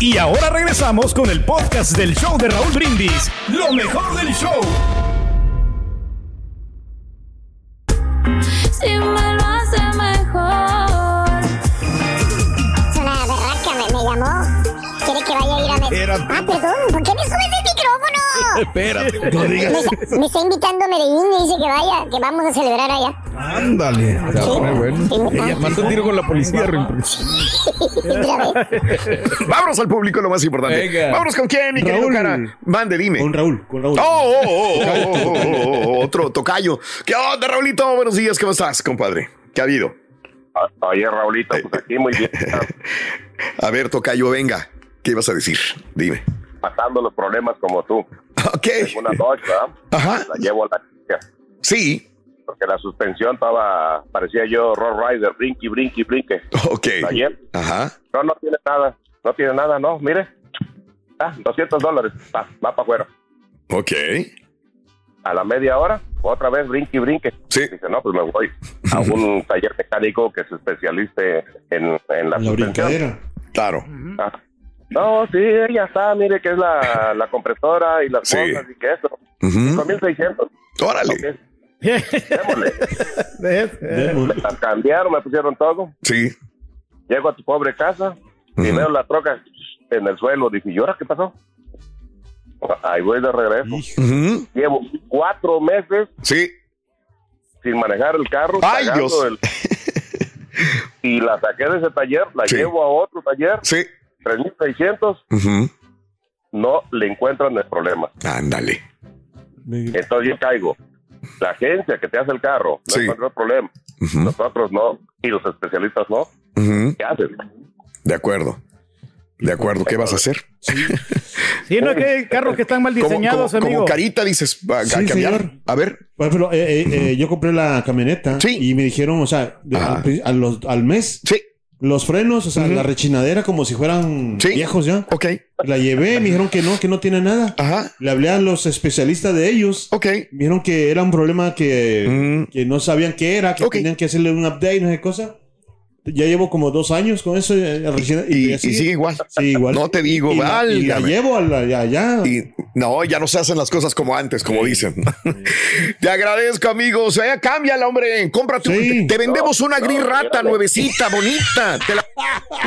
Y ahora regresamos con el podcast del show de Raúl Brindis, lo mejor del show. Si me lo hace mejor. Es una berraca, me, me llamó. Quiere que vaya a ir a Medellín. Era- Ah, perdón, ¿por qué me subes el micrófono? Espérate, no Me digas. está, me está invitando a Medellín y dice que vaya, que vamos a celebrar allá. Ándale. Ella manda un tiro con la policía. Mira, ve. Vámonos al público, lo más importante. Venga. Vámonos con quién, mi querido Raúl. cara. Mande, dime. Con Raúl, con Raúl. Oh, oh, oh, oh, oh, oh, oh, otro tocayo. ¿Qué onda, Raulito? Buenos días, ¿cómo estás, compadre? ¿Qué ha habido? O- Oye, Raulito, pues aquí muy bien, A ver, tocayo, venga. ¿Qué ibas a decir? Dime. pasando los problemas como tú. Ok. Tengo una noche, ¿verdad? Ajá. La llevo a la chica, Sí. porque la suspensión estaba, parecía yo Roll Rider, brinqui, brinqui, brinque. Ok. La llevo. Ajá. No, no tiene nada, no tiene nada, no, mire. Ah, 200 dólares, va, va para afuera. Ok. A la media hora, otra vez brinqui, brinque. Sí. Dice, no, pues me voy a un taller mecánico que se especialice en, en la, La suspensión. brincadera. Claro. Ah. No, sí, ella está, mire que es la, la compresora y las Sí. cosas y que eso. Ujú. 5600. Órale. Démosle. Démosle. Las cambiaron, eh. me pusieron todo. Sí. Llego a tu pobre casa y Ujú. veo la troca en el suelo. Dije, ¿y ahora qué pasó? Ahí voy de regreso. Hijo. Ujú. Llevo cuatro meses Sí. sin manejar el carro. Ay, pagando Dios. el- y la saqué de ese taller, la Sí. llevo a otro taller, Sí. 3600. Ujú. No le encuentran el problema. Ándale. Me- Entonces yo caigo. La agencia que te hace el carro no Sí. encuentra el problema. Ujú. Nosotros no. Y los especialistas no. Ujú. ¿Qué hacen? De acuerdo. De acuerdo. ¿Qué vas a hacer? Sí, no es que hay carros que están mal Como- diseñados, como, como amigo. carita dices, va a Sí, cambiar. señor. A ver, Por ejemplo, eh, eh, eh, yo compré la camioneta Sí. y me dijeron, o sea, de- Ajá. al, pri- a los- al mes, sí, los frenos, o sea, la rechinadera como si fueran Sí. viejos ya. ok, La llevé, me dijeron que no, que no tiene nada. ajá, Le hablé a los especialistas de ellos. ok. Me Dijeron que era un problema que, Mm. que no sabían qué era, que Ok. tenían que hacerle un update, no sé qué cosa. Ya llevo como dos años con eso. eh, la rechina- Y, y así- sigue igual. Sí, igual. No te digo, y la, y la válgame. llevo a la- allá. Y no, ya no se hacen las cosas como antes, como dicen. Te agradezco, amigos. Eh, cámbiala, hombre. Cómprate. un- Sí. Te vendemos una no, gris rata espérame. nuevecita, bonita. Te la-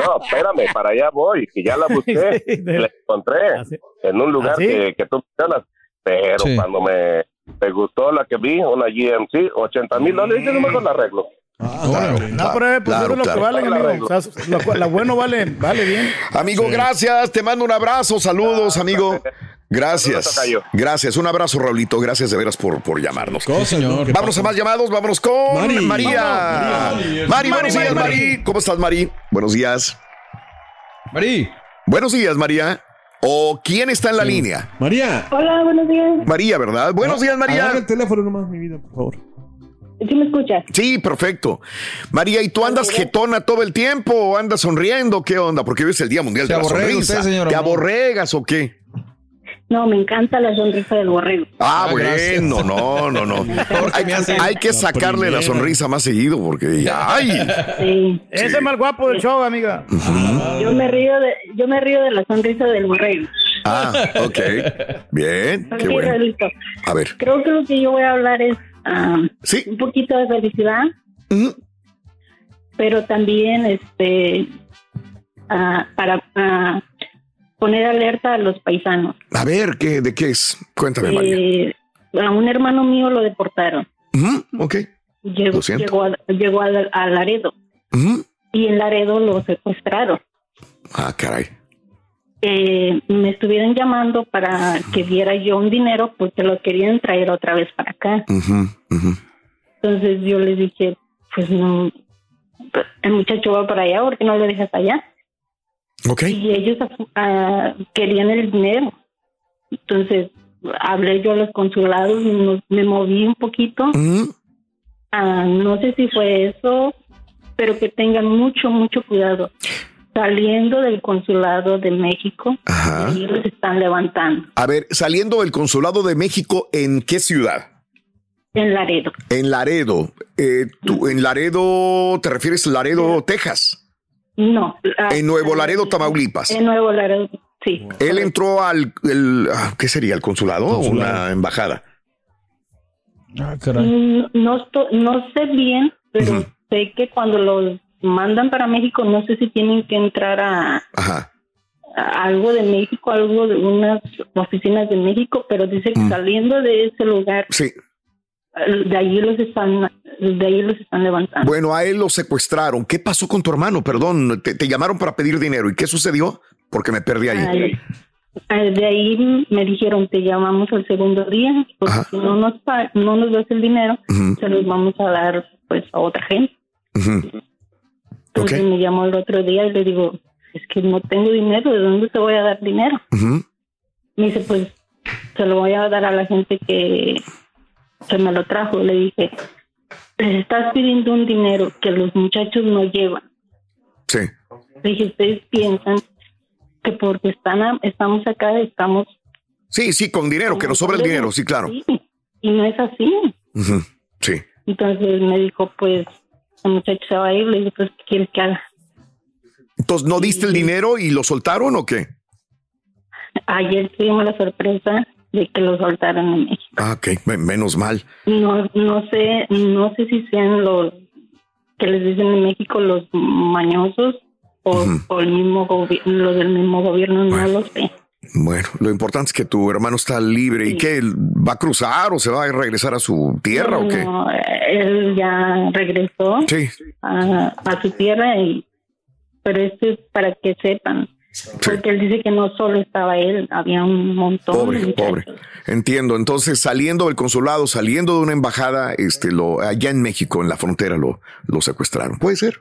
No, espérame, para allá voy, que ya la busqué, Sí, de- y la encontré Así- en un lugar ¿Ah, sí? que, que tú mencionas. Pero Sí. cuando me, me gustó la que vi, una GMC, 80 mil dólares, yo mejor la arreglo. Ah, Claro. órale. No, pero eh, pues Claro, eso es lo claro. que valen, Claro, amigo. O sea, lo, lo bueno vale, vale bien. Amigo, gracias. Te mando un abrazo. Saludos, amigo. Ah, Saludos, Gracias. tocayo. Gracias. Un abrazo, Raulito. Gracias de veras por, por llamarnos. Cosas, ¿no? Que Vámonos a más llamados, vámonos con Mari. María. Vamos, Mari, María. Mari, buenos Mari, días, Mari. ¿Cómo estás, Mari? Buenos días. Mari, Buenos días, María. ¿O quién está en la línea? María. Hola, buenos días. María, ¿verdad? Ah, Buenos días, Ah, Agarra María. el teléfono nomás, mi vida, por favor. ¿Sí me escuchas? Sí, perfecto. María, ¿y tú andas jetona todo el tiempo o andas sonriendo? ¿Qué onda? Porque hoy es el Día Mundial ¿Se de la aborrega Sonrisa. usted, señora, ¿Te no? aborregas o qué? No, me encanta la sonrisa del borrego. Ah, Ah, gracias. bueno, no, no, no. Porque Hay, me hacen- hay que La sacarle la primera. sonrisa más seguido porque ya. ¡Ay! Sí. Ese es más guapo del show, amiga. Yo me río de, yo me río de la sonrisa del borrego. Ah, ok. Bien, Ok, Eh, qué bueno. Raulito, A ver. Creo que lo que yo voy a hablar es ah, Sí. un poquito de felicidad, Ujú. pero también este ah, para ah, poner alerta a los paisanos. A ver, ¿qué, ¿de qué es? Cuéntame, María. Eh, a un hermano mío lo deportaron. Ujú, ok. Llegó, Lo siento. llegó, a, llegó a, a Laredo Ujú. y en Laredo lo secuestraron. Ah, caray. eh, me estuvieran llamando para que diera yo un dinero porque lo querían traer otra vez para acá. Ujú, ujú. Entonces yo les dije, pues no, el muchacho va para allá, porque no lo dejas allá? Ok. Y ellos ah, querían el dinero. Entonces hablé yo a los consulados, no- me moví un poquito. Ah, no sé si fue eso, pero que tengan mucho, mucho cuidado. Saliendo del consulado de México, Ajá. y los están levantando A ver, saliendo del Consulado de México, ¿en qué ciudad? en Laredo. En Laredo. Eh, tú- ¿En Laredo te refieres a Laredo, Texas? No. ah, En Nuevo Laredo, Tamaulipas. En Nuevo Laredo, sí. Él entró al, el- ah, ¿qué sería? ¿El consulado, o una embajada? Mm, No, esto- no sé bien, pero sé que cuando los mandan para México, no sé si tienen que entrar a, Ajá. a algo de México, algo de unas oficinas de México, pero dice que saliendo de ese lugar, Mm. Sí. eh, de allí los están, de ahí los están levantando. Bueno, a él lo secuestraron. ¿Qué pasó con tu hermano? Perdón, te, te llamaron para pedir dinero. ¿Y qué sucedió? Porque me perdí ahí. Ay, eh, de ahí me dijeron, te llamamos el segundo día, porque si no nos, pa- no nos das el dinero, se los vamos a dar pues a otra gente. Ujú. Entonces me llamó el otro día y le digo, es que no tengo dinero, ¿de dónde te voy a dar dinero? Ujú. Me dice, pues se lo voy a dar a la gente que, que me lo trajo. Le dije, les estás pidiendo un dinero que los muchachos no llevan. Sí. Le dije, ustedes piensan que porque están a- estamos acá, estamos... Sí, sí, con dinero, que nos sobra el dinero. Sí, claro. Sí, y no es así. Ujú. Sí. Entonces me dijo, pues el muchacho se va a ir. Le dije, pues, ¿qué quieres que haga? Entonces, ¿no diste el dinero y lo soltaron o qué? Ayer tuvimos la sorpresa de que lo soltaron en México. Ah, ok. Men- menos mal. No, no sé, no sé si sean los que les dicen en México los mañosos o, o el mismo gobi- los del mismo gobierno, Pues, no lo sé. Bueno, lo importante es que tu hermano está libre. ¿Y qué? ¿Va a cruzar o se va a regresar a su tierra o qué? No, él ya regresó a, a su tierra y pero esto es para que sepan. Porque él dice que no solo estaba él, había un montón de Pobre, muchachos. pobre. Entiendo. Entonces, saliendo del consulado, saliendo de una embajada, este, lo, allá en México, en la frontera, lo, lo secuestraron. Puede ser.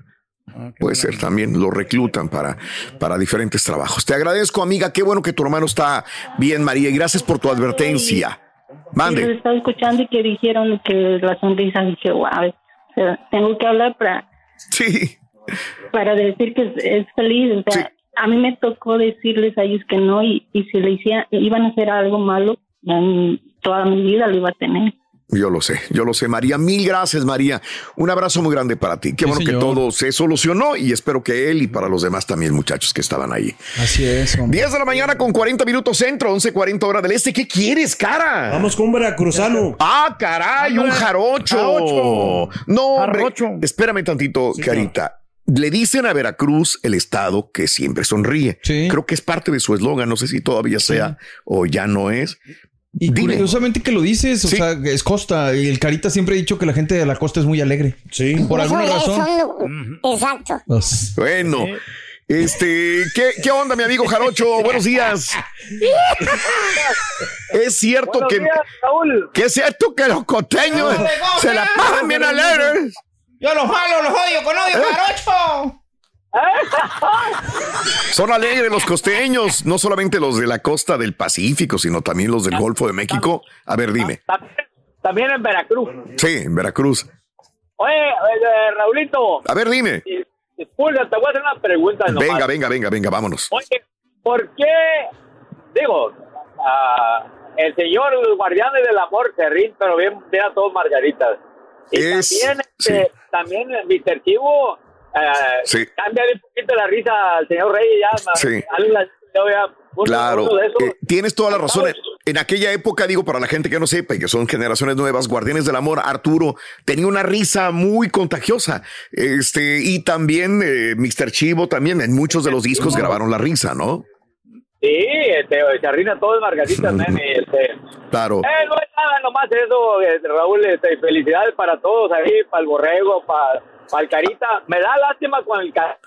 Puede ser también, lo reclutan para, para diferentes trabajos. Te agradezco, amiga. Qué bueno que tu hermano está bien, María, y gracias por tu advertencia. Y Mande. los estaba escuchando y que dijeron que la sonrisa, dije, wow, o sea, tengo que hablar para, Sí. para decir que es, es feliz. O sea, a mí me tocó decirles a ellos que no y, y si le hicieran, iban a hacer algo malo, en toda mi vida lo iba a tener. Yo lo sé, yo lo sé, María. Mil gracias, María. Un abrazo muy grande para ti. Qué bueno que todo se solucionó y espero que él y para los demás también, muchachos que estaban ahí. Así es. 10 de la mañana con 40 minutos centro, 11.40 hora del este. ¿Qué quieres, cara? Vamos con Veracruzano. Ah, caray, un Hombre, jarocho. jarocho. No, hombre, espérame tantito, carita. Le dicen a Veracruz el estado que siempre sonríe. Creo que es parte de su eslogan. No sé si todavía sea o ya no es. Y curiosamente que lo dices, o sea, es costa. Y el Carita siempre ha dicho que la gente de la costa es muy alegre. Sí. Por Eso alguna ya razón. son- Exacto. Bueno, Eh. este, ¿qué, qué onda, mi amigo Jarocho? Buenos días. Es cierto que. Que es cierto que los costeños se la pasan bien alegres. Yo los jalo, los odio con ¿Eh? odio, Jarocho. Son alegres los costeños, no solamente los de la costa del Pacífico, sino también los del Golfo de México. A ver, dime. También en Veracruz. Sí, en Veracruz. Oye, eh, Raulito. A ver, dime. dis- Disculpa, te voy a hacer una pregunta. nomás. Venga, venga, venga, venga, vámonos. Oye, ¿por qué? Digo, ah, el señor guardián del amor se ríe, pero bien, bien a todos margaritas. Y también, este, también Mr. Chivo eh, Sí. cambia un poquito la risa al señor Rey ya. ma- Sí. algo la- yo ya- uno- Claro, uno Pues, de esos. eh, tienes toda la razón. En aquella época, digo, para la gente que no sepa y que son generaciones nuevas, Guardianes del Amor, Arturo tenía una risa muy contagiosa. Este, y también eh, Mr. Chivo, también en muchos de los Eh, discos grabaron la risa, ¿no? Sí, este, se arruina todo el Margarita, man, y, este, Claro. eh, no es nada, nomás eso, eh, Raúl, este, felicidades para todos ahí, para el borrego, para, el carita. Me da lástima con el carita,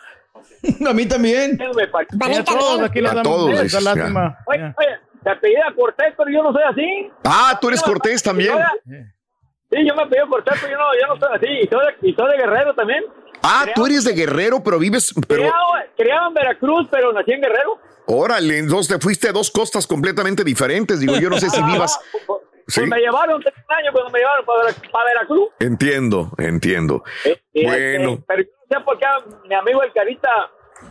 A mí también. A todos, aquí les A damos todos, esa dices, ya. lástima. Oye, oye, te apellida Cortés, pero yo no soy así. Ah, tú eres Cortés también. Sí, yo me apellido Cortés, pero yo no, yo no soy así. Y soy de, y soy de Guerrero también. Ah, tú eres eh, de Guerrero, pero vives. Pero, Criado, criado en Veracruz, pero nací en Guerrero. órale, entonces te fuiste a dos costas completamente diferentes. Digo, yo no sé si vivas. Sí, Pues me llevaron tres años cuando me llevaron para, Vera- para Veracruz. entiendo, entiendo. Y, Bueno, este, pero yo no sé por qué a mi amigo el Carita,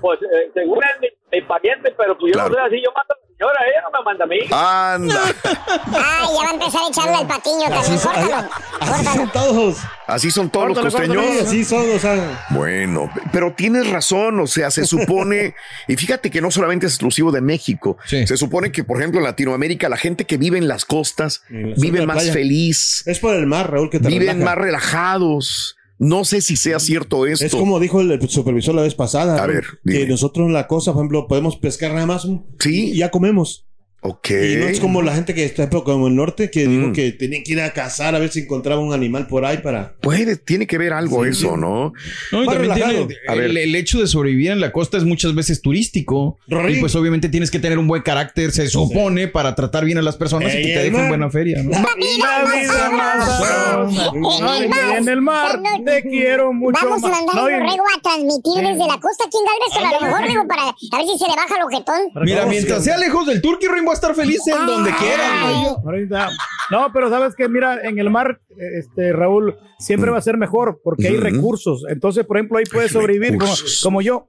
pues eh, según es mi, mi pariente, pero pues yo no Claro. soy así. Yo mando a la señora, ella no me manda a mí. anda. Ay, Ah, ya va a empezar a echarle al patiño también. Córtalo. Así son todos. Así son todos los costeños. Sí, son, o sea. Bueno, pero tienes razón, o sea, se supone, y fíjate que no solamente es exclusivo de México, se supone que, por ejemplo, en Latinoamérica, la gente que vive en las costas en la vive zona más playa. feliz. Es por el mar, Raúl, que te Viven relaja. más relajados. No sé si sea cierto esto. Es como dijo el el supervisor la vez pasada. A ¿no? ver, que nosotros la cosa, por ejemplo, podemos pescar nada más. Sí. Y ya comemos. Ok. Mm. Y no es como la gente que está por- como el norte, que dijo que tenían que ir a cazar a ver si encontraban un animal por ahí para. Puede, tiene que ver algo eso, ¿no? No, y Más también relajado. tiene- A el, ver. el hecho de sobrevivir en la costa es muchas veces turístico. Rico. Y pues obviamente tienes que tener un buen carácter, se supone, para tratar bien a las personas y Ey, que te el dejen mar. buena feria. ¿no? Pues, La vida más sabrosa. Ay, que en el mar te quiero mucho Vamos a más. mandar No, un y- borrego a transmitir desde la costa aquí en Galvez, pero a lo Ándale. mejor digo para a ver si se le baja el ojetón. Mira, mientras sea lejos del Turqui, Ring va a estar feliz en donde quiera. Ahorita- No, pero sabes que mira, en el mar, eh, este Raúl, siempre va a ser mejor porque hay Ujú. recursos. Entonces, por ejemplo, ahí puedes sobrevivir como, recursos. como yo.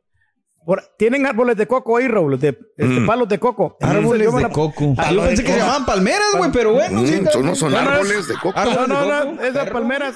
Por- tienen árboles de coco ahí, Raúl, de este, Mm. palos de coco. Entonces, Árboles yo me de la- coco. Ah, Yo pensé que se coco. llamaban palmeras, güey, Pal- pero bueno. Mm, sí, está son- bien. son No, no, árboles de coco. No, no, Árboles de no, esas palmeras.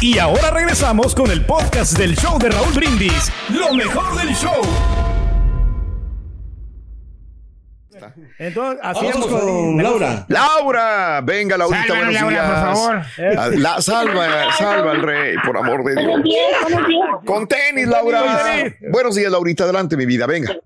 Y ahora regresamos con el podcast del show de Raúl Brindis. Lo mejor del show. Entonces, Vamos hacíamos con Laura. Laura, venga, Laurita, Sálvanos, buenos Laura, días. por favor. Ah, la- salva, salva al rey, por amor de Dios. Buenos días, buenos días. Con tenis, Laura. Buenos días, Laurita, adelante, mi vida, venga.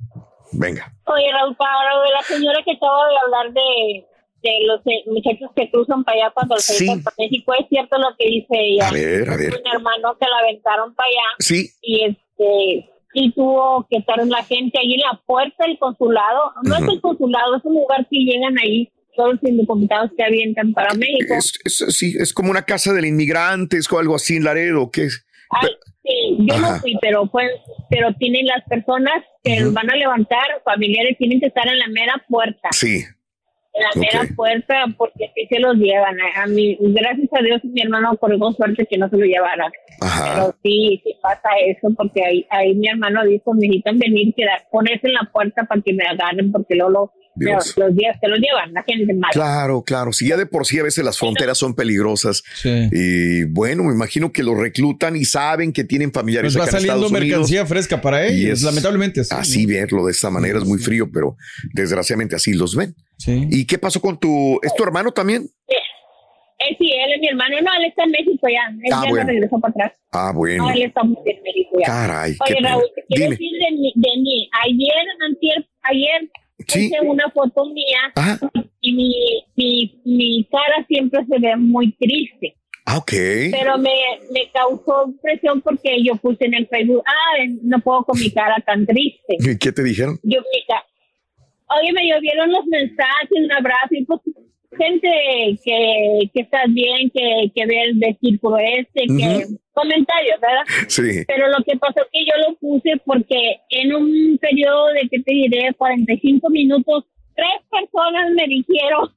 Venga. Oye, Raúl, para lo de la señora que acaba de hablar de, de los eh, muchachos que cruzan para allá cuando se Sí. cruzan para México, es cierto lo que dice ella. A ver, a ver. Un hermano que la aventaron para allá. Sí. Y este y tuvo que estar en la gente ahí en la puerta del consulado. No es el consulado, es un lugar que llegan ahí todos los indocumentados que avientan para México. Es, es- sí, es como una casa del inmigrante, es algo así en Laredo, ¿qué es? Ay, sí, yo Ajá. no fui, pero pues, pero tienen las personas que los van a levantar, familiares, tienen que estar en la mera puerta. Sí. en la mera puerta porque sí se los llevan. A, a mí, gracias a Dios, mi hermano corrió suerte que no se lo llevara. Pero sí, sí pasa eso porque ahí, ahí mi hermano dijo, necesitan venir, quedar, ponerse en la puerta para que me agarren porque luego lo- me- Dios. los, días se los llevan, la gente mala. Claro, claro. Si ya de por sí a veces las fronteras son peligrosas. Y bueno, me imagino que los reclutan y saben que tienen familiares Pues va acá en saliendo Estados Unidos. mercancía fresca para Y ellos, lamentablemente. sí. Así verlo de esta manera es muy frío, pero desgraciadamente así los ven. ¿Y qué pasó con tu... ¿Es tu hermano también? Eh, sí, él es mi hermano, no, él está en México ya, él Ah, ya bueno. no regresó para atrás. Ah, bueno. No, él está muy bien, México ya. Caray, Oye, qué Raúl, pena. te quiero Dime. decir de mí, de mí. Ayer, antier, ayer Sí. puse una foto mía y mi, mi, mi cara siempre se ve muy triste. Ah, ok. Pero me, me causó impresión porque yo puse en el Facebook, ah, no puedo con mi cara tan triste. ¿Y ¿Qué te dijeron? Yo, mi ca- Oye, me llovieron los mensajes, un abrazo y pues, gente que, que estás bien, que, que ve el de círculo este, que Ujú. comentarios, ¿verdad? Sí. Pero lo que pasó es que yo lo puse porque en un periodo de, ¿qué te diré?, 45 minutos, tres personas me dijeron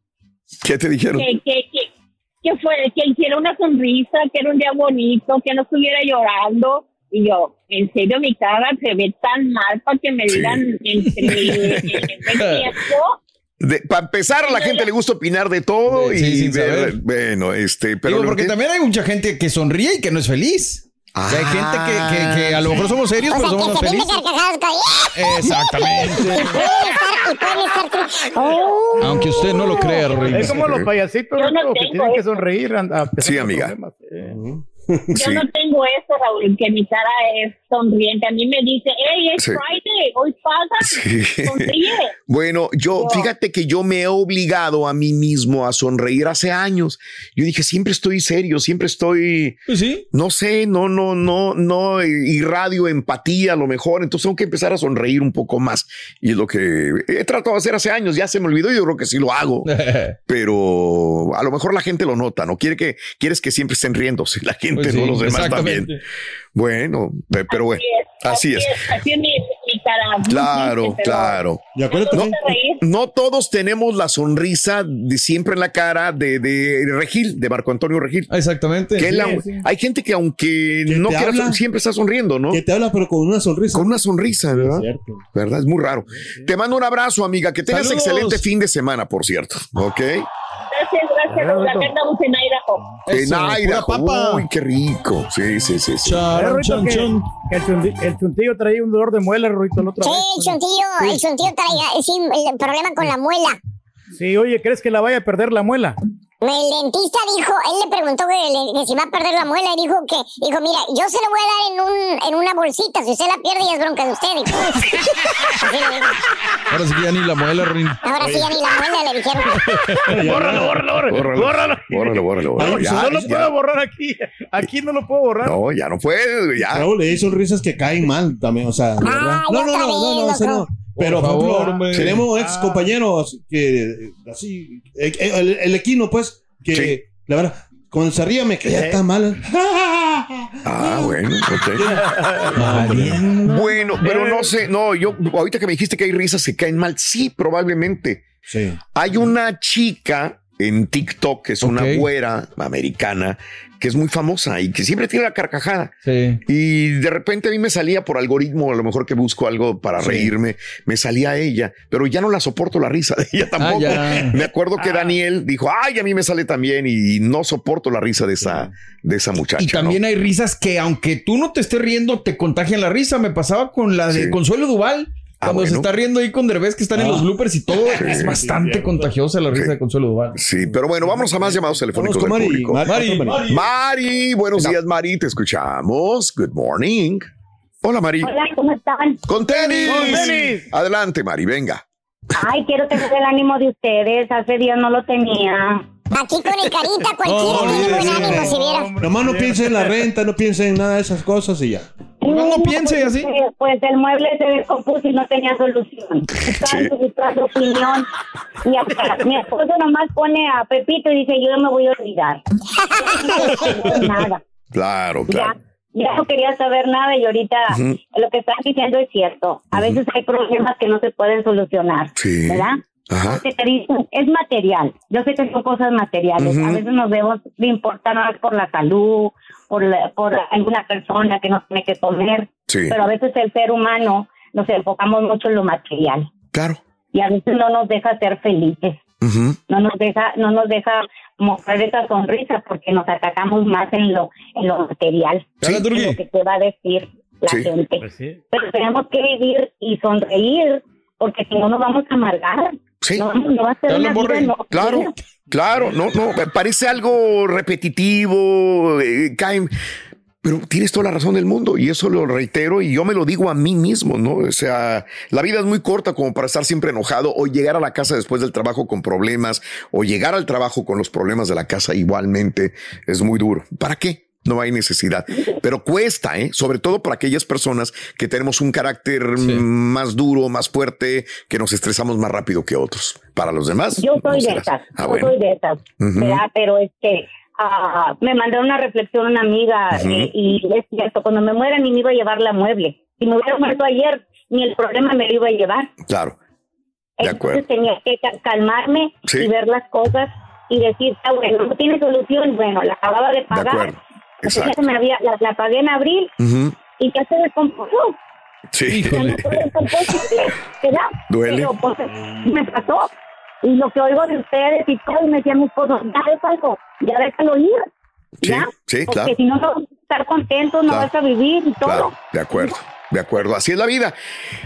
¿Qué te dijeron? que, que, que, que fue, que hiciera una sonrisa, que era un día bonito, que no estuviera llorando. Y yo, en serio, mi cara se ve tan mal para que me digan entre para empezar, a la gente le gusta opinar de todo Sí, y sin de- saber. bueno, este, pero Digo, lo porque que- también hay mucha gente que sonríe y que no es feliz. O sea, hay gente que, que- que a lo mejor somos serios, o pero sea, somos que se viene felices. carcajados todavía. Exactamente. Y pueden estar- y pueden estar tri- Oh. Aunque usted no lo crea, Rey. Es como los payasitos Beto, que tienen que sonreír. Sí, amiga. Eh. Yo Sí. no tengo eso, Raúl, que mi cara es sonriente. A mí me dice, hey, es Sí. Friday, hoy paga. Sí. Sonríe. Bueno, yo, fíjate que yo me he obligado a mí mismo a sonreír hace años. Yo dije, siempre estoy serio, siempre estoy, Pues no sé, no, no, no, no, eh, irradio empatía a lo mejor. Entonces tengo que empezar a sonreír un poco más. Y es lo que he tratado de hacer hace años, ya se me olvidó, yo creo que sí lo hago. Pero a lo mejor la gente lo nota, ¿no? Quiere que, quieres que siempre estén riéndose la gente, Pues no sí, los demás también. exactamente. Bueno, pe- pero bueno, así es. Así es mi, mi cara. Claro, Este, claro. no, no todos tenemos la sonrisa de siempre en la cara de, de Regil, de Marco Antonio Regil. Exactamente. Que sí, la- sí. Hay gente que aunque no te quiera, habla. son- siempre está sonriendo, ¿no? Que te habla, pero con una sonrisa. Con una sonrisa, ¿verdad? ¿Verdad? Es muy raro. Te mando un abrazo, amiga. Que tengas Saludos. excelente fin de semana, por cierto. ¿Ok? Gracias, gracias, Raúl. Acá estamos en Idaho. En Eso, pura Idaho. Ah. papa. Uy, qué rico. Sí, sí, sí. sí. Eh, Ruito, que- que el, chundi- el chuntillo traía un dolor de muela, Ruito, el otro. Sí, el chuntillo, el chuntillo trae eh, sí, el problema con la muela. Sí, oye, ¿crees que la vaya a perder la muela? El dentista dijo, él le preguntó que, le- que si va a perder la muela y dijo que, dijo, mira, yo se lo voy a dar en, un, en una bolsita, si usted la pierde ya es bronca de usted. dijo. Así le dijo. Ahora sí que ya ni la muela, Rin. Ahora sí ya ni la muela le dijeron. Bórralo, bórralo, bórralo. Bórralo. Bórralo, bórralo, bórralo. pues, Ay, Ya, no lo ya. puedo borrar aquí. Aquí no lo puedo borrar. No, ya no puedes, güey, ya. Raúl, hay sonrisas que caen mal también, o sea, de verdad. Ah, No, no, no, no, no, o sea, no. Pero, por favor, ejemplo, hombre. Ah. tenemos ex compañeros que, eh, así, eh, eh, el, el equino, pues, que, la verdad, con me que ya está mal. Ah, bueno, ok. Bueno, pero no sé, no, yo ahorita que me dijiste que hay risas que caen mal, sí, probablemente. Sí. Hay una chica en TikTok que es una güera americana que es muy famosa y que siempre tiene la carcajada. Sí. Y de repente a mí me salía por algoritmo, a lo mejor que busco algo para reírme, me salía ella, pero ya no la soporto la risa de ella tampoco. Ah, ya. Ah. Me acuerdo que Daniel dijo, ay, a mí me sale también y no soporto la risa de esa, de esa muchacha. Y también hay risas que, aunque tú no te estés riendo, te contagian la risa. Me pasaba con la de Sí. Ah, Consuelo Duval. Cuando se bueno. está riendo ahí con Derbez, que están en Ah. los bloopers y todo, Sí. es bastante contagiosa la risa de Consuelo Duval. Sí, pero bueno, vamos a más llamados telefónicos Vamos del con Mari. público. Mari, Mari, Mari. Mari, buenos días, Mari, te escuchamos. Good morning. Hola, Mari. Hola, ¿cómo están? Con tenis. Con tenis. Adelante, Mari, venga. Ay, quiero tener el ánimo de ustedes. Hace días no lo tenía. Aquí con el carita cualquiera No, tiene buen sí, sí. ánimo si viera. Nomás no piensen en la renta, no piensen en nada de esas cosas y ya. No, piense así. Pues el mueble se descompuso y no tenía solución. Estaba solicitando opinión. Y hasta mi esposo nomás pone a Pepito y dice, yo me voy a olvidar. nada. Claro, claro. Ya no quería saber nada y ahorita Ujú. lo que estás diciendo es cierto. A veces hay problemas que no se pueden solucionar. Sí. ¿Verdad? Ajá. que te dicen, es material. Yo sé que son cosas materiales. Ujú. A veces nos vemos, le importan más por la salud, por, la- por alguna persona que nos tiene que comer. Sí. Pero a veces el ser humano nos enfocamos mucho en lo material. Claro. Y a veces no nos deja ser felices. Ujú. No nos deja, no nos deja mostrar esa sonrisa porque nos atacamos más en lo, en lo material. Sí. en lo que te va a decir la Sí. gente. Pero tenemos que vivir y sonreír porque si no nos vamos a amargar. No, vamos- no va a ser Te hablo, una vida Borre. no- Claro, claro, no, no, parece algo repetitivo, eh, cae- pero tienes toda la razón del mundo y eso lo reitero y yo me lo digo a mí mismo, ¿no? O sea, la vida es muy corta como para estar siempre enojado o llegar a la casa después del trabajo con problemas o llegar al trabajo con los problemas de la casa igualmente es muy duro. ¿Para qué? No hay necesidad, pero cuesta, ¿eh? sobre todo para aquellas personas que tenemos un carácter mm, más duro, más fuerte, que nos estresamos más rápido que otros. Para los demás, Yo soy no de será. esas, Ah, yo bueno. soy de esas, Ujú. ¿verdad? Pero este, ah, me mandó una reflexión una amiga Ujú. eh, y es cierto, cuando me muera ni me iba a llevar la mueble. Si me hubiera muerto ayer, ni el problema me lo iba a llevar. Claro. De acuerdo. Entonces tenía que ca- calmarme Sí. y ver las cosas y decir, ah, bueno, no tiene solución, bueno, la acababa de De pagar. acuerdo. Entonces, Exacto. me había- la, la pagué en abril Ujú. y ya se descompuso. Sí. ¿verdad? Duele. Pero, pues, me pasó. Y lo que oigo de ustedes y todo, y me decía mi esposo, ya ves algo, ya déjalo ir. Sí, ¿ya? sí, Porque claro. si no, no vas a estar contento, no Claro. vas a vivir y todo. Claro, de acuerdo. De acuerdo, así es la vida.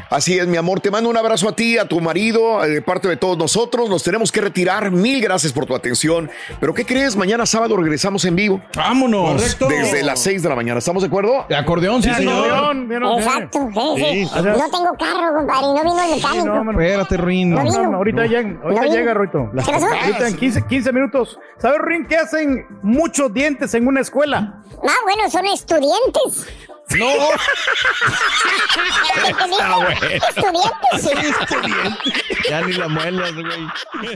Así es, mi amor. Te mando un abrazo a ti, a tu marido, eh, de parte de todos nosotros. Nos tenemos que retirar. Mil gracias por tu atención. Pero ¿qué crees? Mañana sábado regresamos en vivo. Vámonos. Correcto. Desde las 6 de la mañana. ¿Estamos de acuerdo? De acordeón, sí, señor. Exacto, sí, sí. Sí. No tengo carro, compadre, y no vino el mecánico. Espérate, Ruin. No, no, no, ahorita llegan, ahorita No. llega, Ruito. Las ¿Qué pasó? Ah. Ahorita en 15, 15 minutos. ¿Sabes, Ruin, qué hacen muchos dientes en una escuela? Ah, bueno, son estudiantes. No. Está Ah, bueno. Estudiantes. Ya ni la muelas, güey.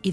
Y